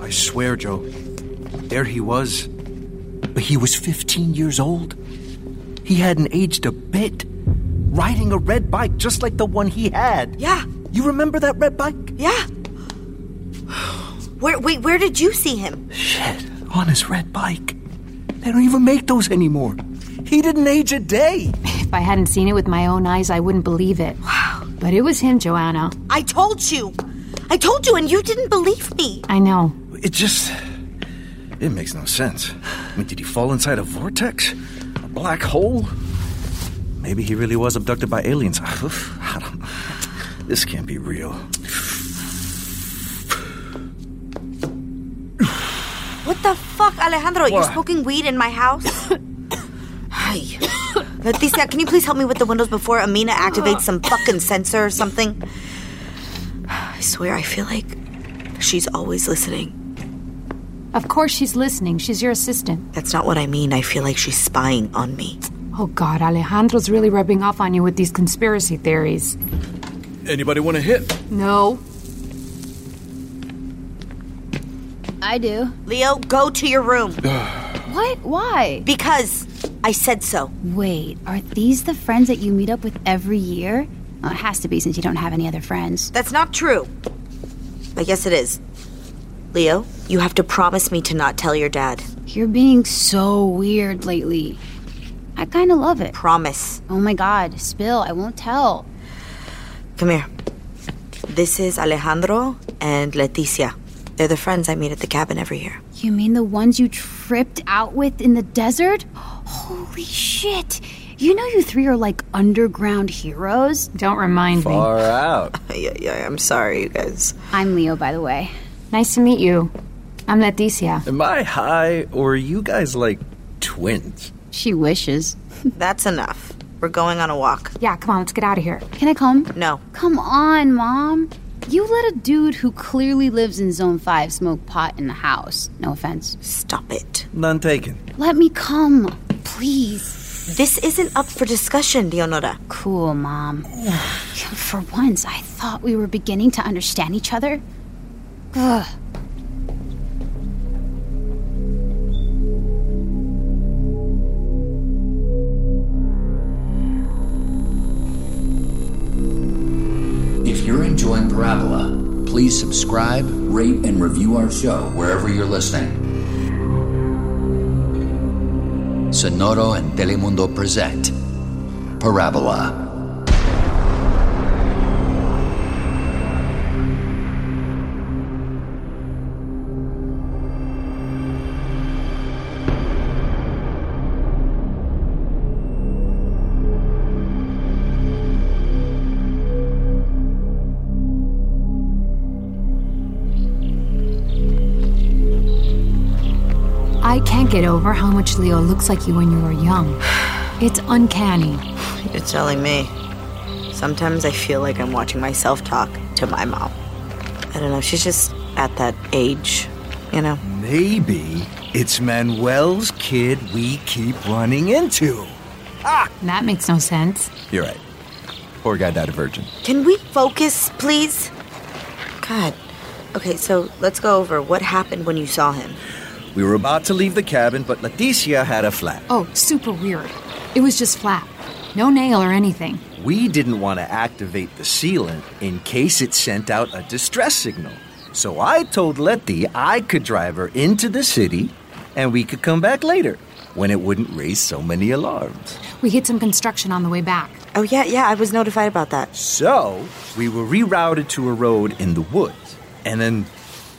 I swear, Joe, there he was. But he was 15 years old. He hadn't aged a bit. Riding a red bike just like the one he had. Yeah, You remember that red bike? yeah. Where, wait, where did you see him? Shit, on his red bike. They don't even make those anymore. He didn't age a day. If I hadn't seen it with my own eyes, I wouldn't believe it. Wow. But it was him, Joanna. I told you. I told you, and you didn't believe me. I know. It just. It makes no sense. I mean, did he fall inside a vortex? A black hole? Maybe he really was abducted by aliens. I don't, this can't be real. What the fuck, Alejandro? You're What? smoking weed in my house? Hi. Leticia, can you please help me with the windows before Amina activates some fucking sensor or something? I swear, I feel like she's always listening. Of course she's listening. She's your assistant. That's not what I mean. I feel like she's spying on me. Oh, God, Alejandro's really rubbing off on you with these conspiracy theories. Anybody want to hit? No. I do. Leo, go to your room. What? Why? Because I said so. Wait, are these the friends that you meet up with every year? Oh, it has to be since you don't have any other friends. That's not true. I guess it is. Leo, you have to promise me to not tell your dad. You're being so weird lately. I kind of love it. Promise. Oh my god, spill, I won't tell. Come here. This is Alejandro and Leticia. They're the friends I meet at the cabin every year. You mean the ones you tripped out with in the desert? Holy shit. You know you three are like underground heroes? Don't remind me. Far out. Yeah, yeah, I'm sorry, you guys. I'm Leo, by the way. Nice to meet you. I'm Leticia. Am I high or are you guys like twins? She wishes. That's enough. We're going on a walk. Yeah, come on, let's get out of here. Can I come? No. Come on, Mom. You let a dude who clearly lives in Zone 5 smoke pot in the house. No offense. Stop it. None taken. Let me come, please. This isn't up for discussion, Dionora. Cool, Mom. For once, I thought we were beginning to understand each other. Ugh. If you're enjoying Parabola, please subscribe, rate, and review our show wherever you're listening. Sonoro and Telemundo present Parabola. I can't get over how much Leo looks like you when you were young. It's uncanny. You're telling me. Sometimes I feel like I'm watching myself talk to my mom. I don't know. She's just at that age, you know? Maybe it's Manuel's kid we keep running into. That makes no sense. You're right. Poor guy died a virgin. Can we focus, please? God. Okay, so let's go over what happened when you saw him. We were about to leave the cabin, but Leticia had a flat. Oh, super weird. It was just flat. No nail or anything. We didn't want to activate the sealant in case it sent out a distress signal. So I told Letty I could drive her into the city and we could come back later when it wouldn't raise so many alarms. We hit some construction on the way back. Oh, yeah, yeah, I was notified about that. So we were rerouted to a road in the woods. And then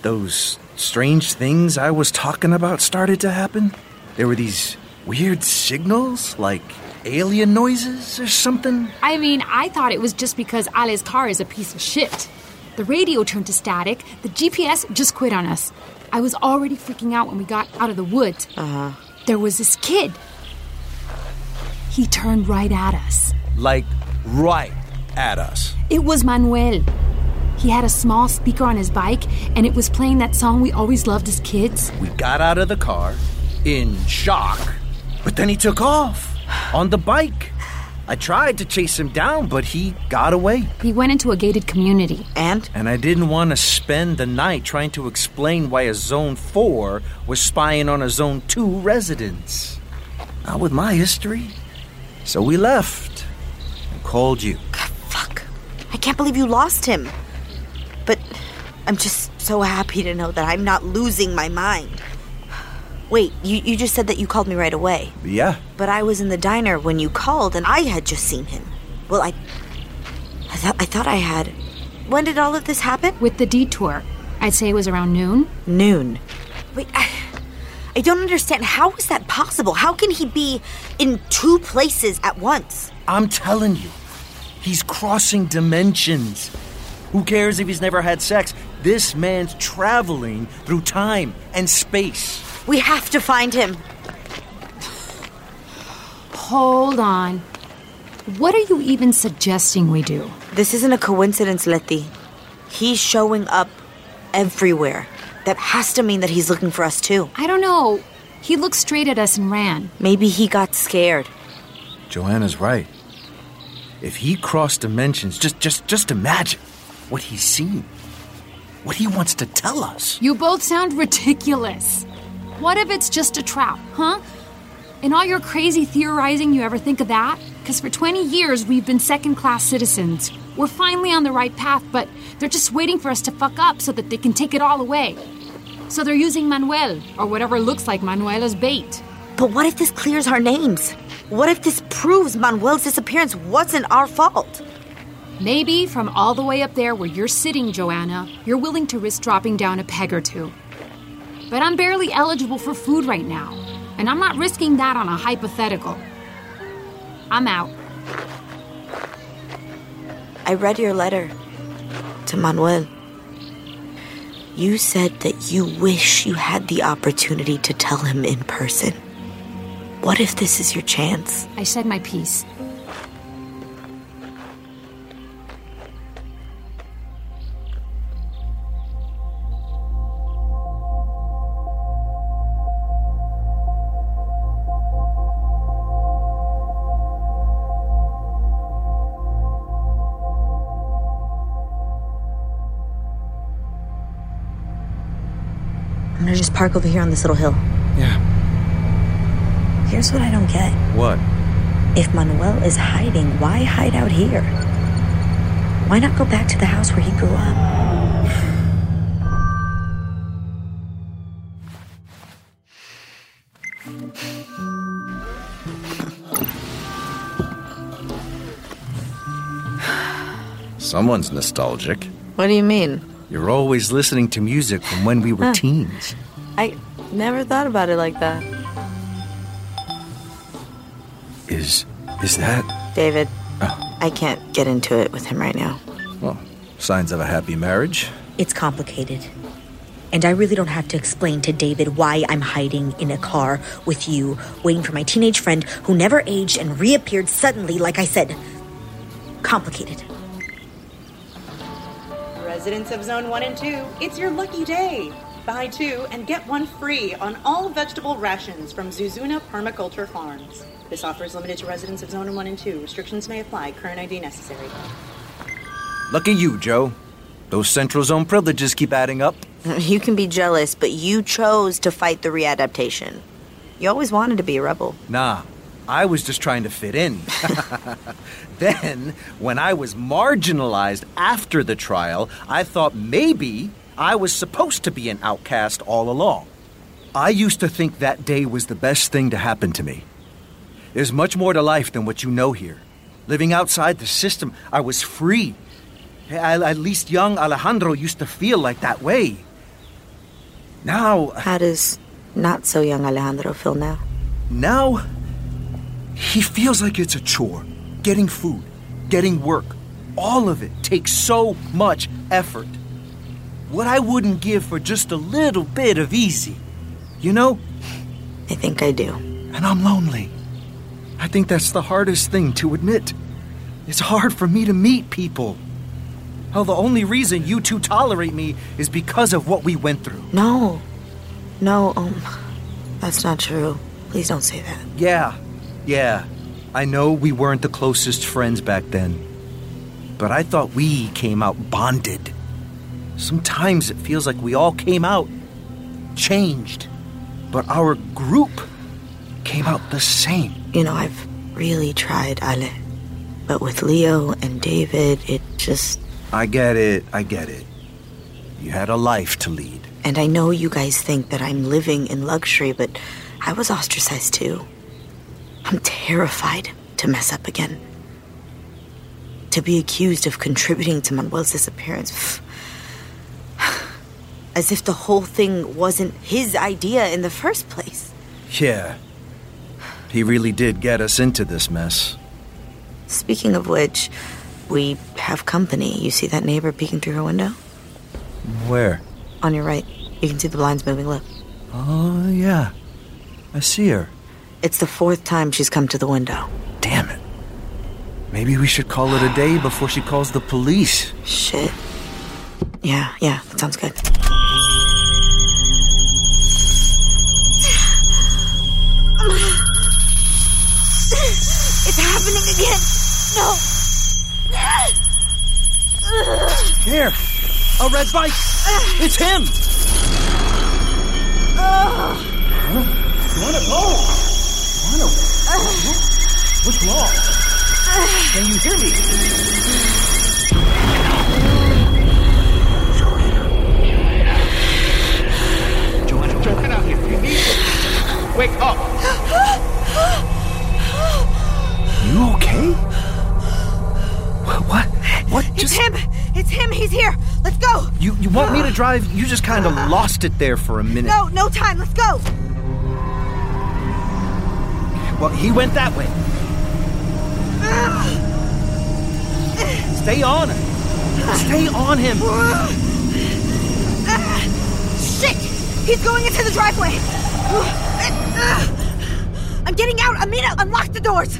those strange things I was talking about started to happen. There were these weird signals, like alien noises or something. I mean, I thought it was just because Ale's car is a piece of shit. The radio turned to static, the GPS just quit on us. I was already freaking out when we got out of the woods. Uh-huh. There was this kid. He turned right at us. Like, right at us. It was Manuel. He had a small speaker on his bike, and it was playing that song we always loved as kids. We got out of the car in shock, but then he took off on the bike. I tried to chase him down, but he got away. He went into a gated community. And? And I didn't want to spend the night trying to explain why a Zone 4 was spying on a Zone 2 residence. Not with my history. So we left and called you. Fuck. I can't believe you lost him. But I'm just so happy to know that I'm not losing my mind. Wait, you, you just said that you called me right away. Yeah, But I was in the diner when you called and I had just seen him. Well, I. I, thought I thought I had. When did all of this happen? With the detour, I'd say it was around noon. Noon. Wait, I, I don't understand. How is that possible? How can he be in two places at once? I'm telling you. He's crossing dimensions. Who cares if he's never had sex? This man's traveling through time and space. We have to find him. Hold on. What are you even suggesting we do? This isn't a coincidence, Letty. He's showing up everywhere. That has to mean that he's looking for us too. I don't know. He looked straight at us and ran. Maybe he got scared. Joanna's right. If he crossed dimensions, just just just imagine what he's seen. What he wants to tell us. You both sound ridiculous. What if it's just a trap, huh? In all your crazy theorizing, you ever think of that? Because for 20 years, we've been second class citizens. We're finally on the right path, but they're just waiting for us to fuck up so that they can take it all away. So they're using Manuel, or whatever looks like Manuel, as bait. But what if this clears our names? What if this proves Manuel's disappearance wasn't our fault? Maybe from all the way up there where you're sitting, Joanna, you're willing to risk dropping down a peg or two. But I'm barely eligible for food right now, and I'm not risking that on a hypothetical. I'm out. I read your letter to Manuel. You said that you wish you had the opportunity to tell him in person. What if this is your chance? I said my piece. I'm gonna just park over here on this little hill. Yeah. Here's what I don't get. What? If Manuel is hiding, why hide out here? Why not go back to the house where he grew up? Someone's nostalgic. What do you mean? You're always listening to music from when we were teens. I never thought about it like that. Is is that David, I can't get into it with him right now. well, signs of a happy marriage? It's complicated. And I really don't have to explain to David why I'm hiding in a car with you, waiting for my teenage friend who never aged and reappeared suddenly, like I said. Complicated. Residents of Zone 1 and 2, it's your lucky day. Buy two and get one free on all vegetable rations from Zuzuna Permaculture Farms. This offer is limited to residents of Zone 1 and 2. Restrictions may apply. Current ID necessary. Lucky you, Joe. Those central zone privileges keep adding up. You can be jealous, but you chose to fight the readaptation. You always wanted to be a rebel. Nah, I was just trying to fit in. then, when I was marginalized after the trial, I thought maybe I was supposed to be an outcast all along. I used to think that day was the best thing to happen to me. There's much more to life than what you know here. Living outside the system, I was free. At at least young Alejandro used to feel like that way. Now, How does not so young Alejandro feel now? Now, he feels like it's a chore. Getting food, getting work, all of it takes so much effort. What I wouldn't give for just a little bit of easy, you know? I think I do. And I'm lonely. I think that's the hardest thing to admit. It's hard for me to meet people. Hell, the only reason you two tolerate me is because of what we went through. No. No, um, that's not true. Please don't say that. Yeah, yeah. I know we weren't the closest friends back then, but I thought we came out bonded. Sometimes it feels like we all came out changed, but our group came out the same. You know, I've really tried, Ale. But with Leo and David, it just. I get it, I get it. You had a life to lead. And I know you guys think that I'm living in luxury, but I was ostracized too. I'm terrified to mess up again. To be accused of contributing to Manuel's disappearance. pff. As if the whole thing wasn't his idea in the first place. Yeah. He really did get us into this mess. Speaking of which, we have company. You see that neighbor peeking through her window? Where? On your right. You can see the blinds moving. Look. Oh, yeah. I see her. It's the fourth time she's come to the window. Damn it. Maybe we should call it a day before she calls the police. Shit. Yeah, yeah, that sounds good. It's happening again. No. Here, a red bike. It's him. Wanna go? Wanna? What's wrong? Can you hear me? Joanna. Joanna, if you need me, wake up. You okay? Wh- What? What? It's Just him. It's him. He's here. Let's go. you? You want me to drive? You just kind of lost it there for a minute. No, no time. Let's go. Well, he went that way. Stay on him. Stay on him. Shit. He's going into the driveway. I'm getting out. Amina, unlock the doors.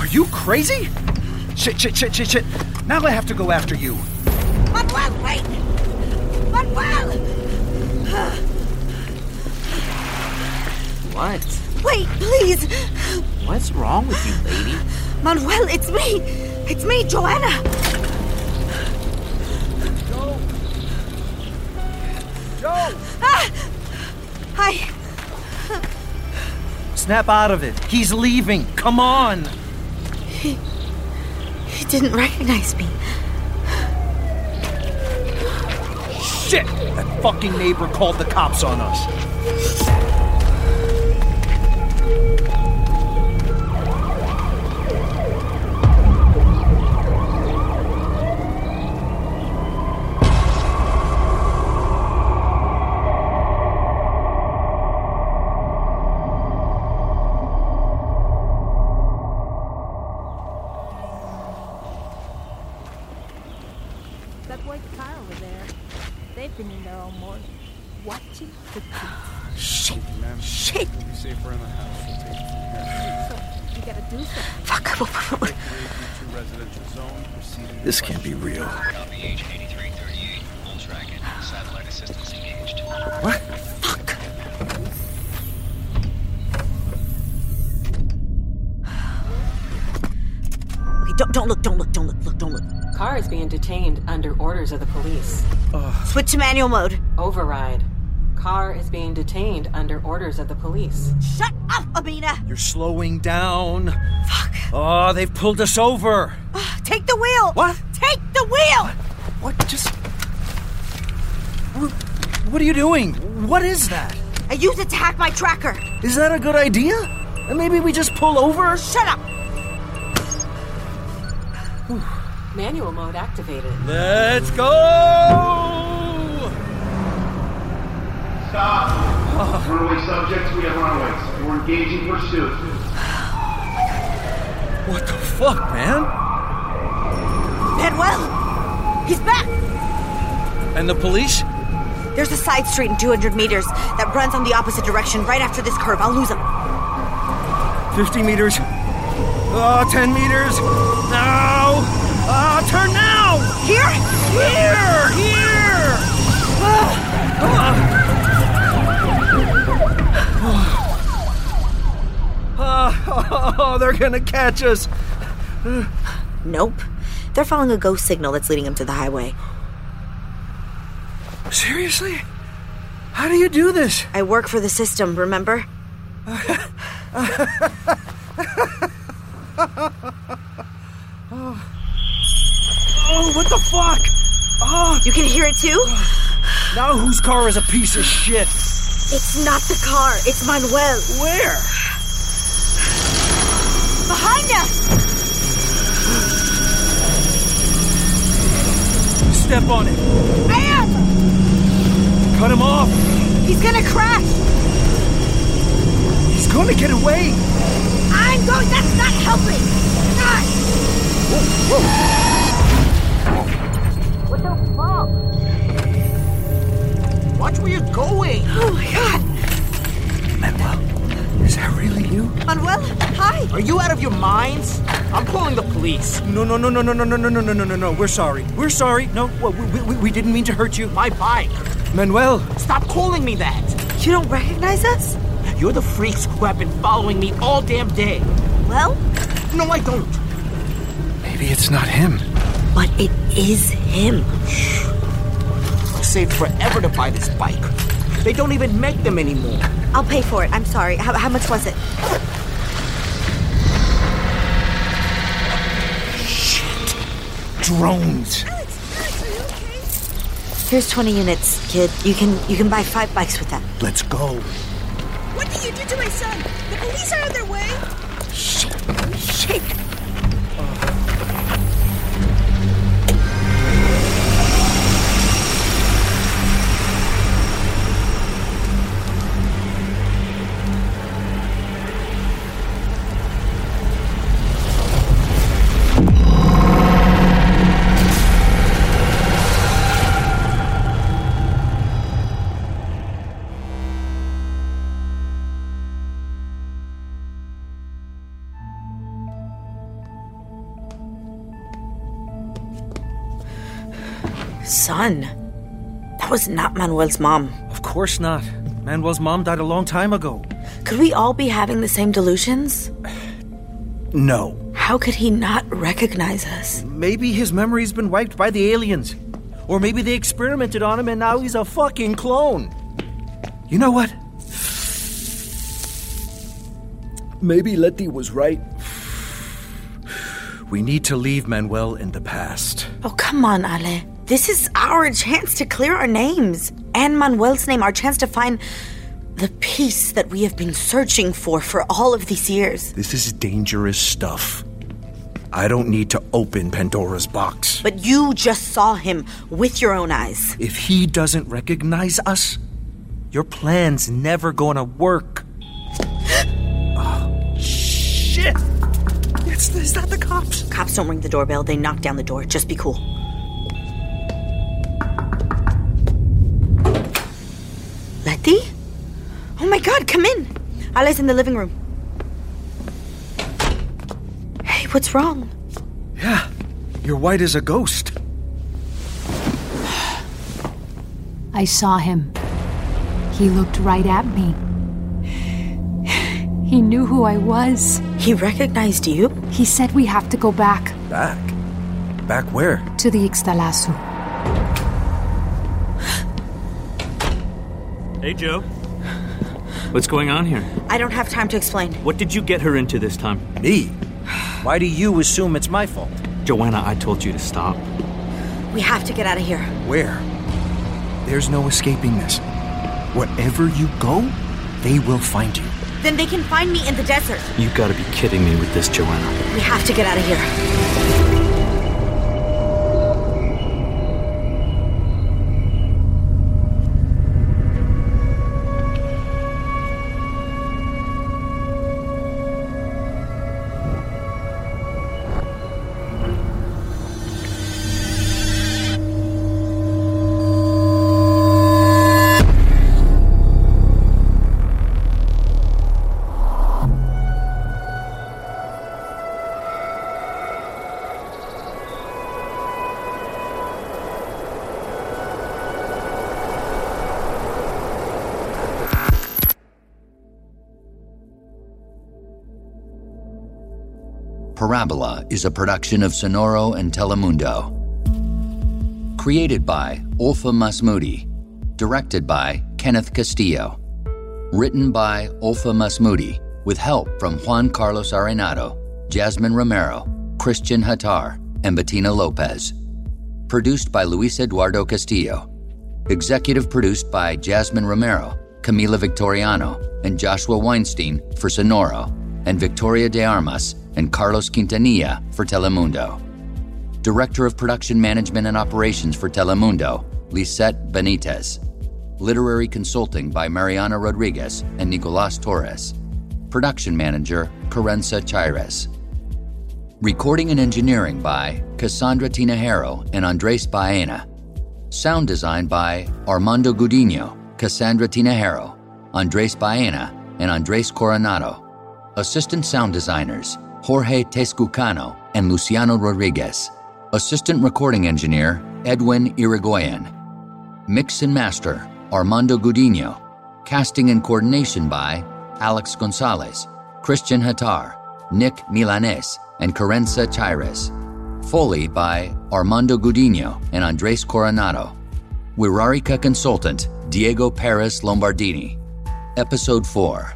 Are you crazy? Shit! Shit! Shit! Shit! Shit! Now I have to go after you. Manuel, wait! Manuel! What? Wait, please! What's wrong with you, lady? Manuel, it's me! It's me, Joanna! Joe, Ah, Hi. snap out of it. He's leaving. Come on. He didn't recognize me. Shit! That fucking neighbor called the cops on us. That white car over there. They've been in there all morning. Watching the Shit! You gotta do something. Fuck, I This can't be real. Copy H8338, full tracking, satellite assistance engaged. What? Okay, don't, don't look, don't look, don't look, look, don't look. Car is being detained under orders of the police. Switch to manual mode. Override. Car is being detained under orders of the police. Shut up, Amina! You're slowing down. Fuck. Oh, they've pulled us over. Ah, Take the wheel! What? Take the wheel! What? Just. What are you doing? What is that? I used it to hack my tracker. Is that a good idea? And Maybe we just pull over? Shut up! Manual mode activated. Let's go! Stop. Runaway subjects, we have runaways. We're engaging pursuit. What the fuck, man? Manuel! He's back! And the police? There's a side street in 200 meters that runs on the opposite direction right after this curve. I'll lose him. 50 meters. Oh, 10 meters. Now! Ah, turn now! Here? Here! Here! Ah! Ah! Ah, They're gonna catch us. Nope. They're following a ghost signal that's leading them to the highway. Seriously? How do you do this? I work for the system, remember? oh. oh, what the fuck? Oh. You can hear it too? Now whose car is a piece of shit? It's not the car, it's Manuel. Where? Behind us! Step on it. I am! Cut him off! He's gonna crash! He's gonna get away! I'm going, that's not helping! God! Whoa, whoa. What the fuck? Watch where you're going! Oh my god! Manuel, is that really you? Manuel, hi! Are you out of your minds? I'm calling the police. No, no, no, no, no, no, no, no, no, no, no, no. We're sorry. We're sorry. No, we, we, we didn't mean to hurt you. My bike. Manuel. Stop calling me that. You don't recognize us? You're the freaks who have been following me all damn day. Well? No, I don't. Maybe it's not him. But it is him. I saved forever to buy this bike. They don't even make them anymore. I'll pay for it. I'm sorry. How, how much was it? Shit. Drones. Alex, Here's 20 units, kid. You can you can buy five bikes with that. Let's go. What did you do to my son? The police are on their way. Shake, shake. son. That was not Manuel's mom. Of course not. Manuel's mom died a long time ago. Could we all be having the same delusions? No. How could he not recognize us? Maybe his memory's been wiped by the aliens. Or maybe they experimented on him and now he's a fucking clone. You know what? Maybe Letty was right. We need to leave Manuel in the past. Oh, come on, Ale. This is our chance to clear our names and Manuel's name, our chance to find the peace that we have been searching for for all of these years. This is dangerous stuff. I don't need to open Pandora's box. But you just saw him with your own eyes. If he doesn't recognize us, your plan's never gonna work. oh, shit! It's, is that the cops? Cops don't ring the doorbell, they knock down the door. Just be cool. Letty? Oh my god, come in. Ali's in the living room. Hey, what's wrong? Yeah, you're white as a ghost. I saw him. He looked right at me. He knew who I was. He recognized you? He said we have to go back. Back? Back where? To the Ixtalasu. Hey, Joe. What's going on here? I don't have time to explain. What did you get her into this time? Me? Why do you assume it's my fault? Joanna, I told you to stop. We have to get out of here. Where? There's no escaping this. Wherever you go, they will find you. Then they can find me in the desert. You gotta be kidding me with this, Joanna. We have to get out of here. Parabola is a production of Sonoro and Telemundo. Created by Olfa Masmoudi. Directed by Kenneth Castillo. Written by Olfa Masmoudi with help from Juan Carlos Arenado, Jasmine Romero, Christian Hattar, and Bettina Lopez. Produced by Luis Eduardo Castillo. Executive produced by Jasmine Romero, Camila Victoriano, and Joshua Weinstein for Sonoro, and Victoria de Armas and Carlos Quintanilla for Telemundo. Director of Production Management and Operations for Telemundo, Lisette Benitez. Literary Consulting by Mariana Rodriguez and Nicolas Torres. Production Manager, Carenza Chires. Recording and Engineering by Cassandra Tinajero and Andres Baena. Sound Design by Armando Gudino, Cassandra Tinajero, Andres Baena, and Andres Coronado. Assistant Sound Designers, Jorge Tezcucano and Luciano Rodriguez. Assistant Recording Engineer, Edwin Irigoyen. Mix and Master, Armando Gudino. Casting and Coordination by Alex Gonzalez, Christian Hattar, Nick Milanes, and Carenza Chires. Foley by Armando Gudino and Andres Coronado. Wirarica Consultant, Diego Perez Lombardini. Episode 4.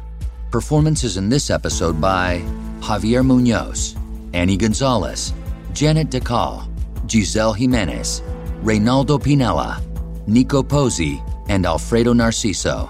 Performances in this episode by Javier Munoz, Annie Gonzalez, Janet DeCall, Giselle Jimenez, Reynaldo Pinella, Nico Pozzi, and Alfredo Narciso.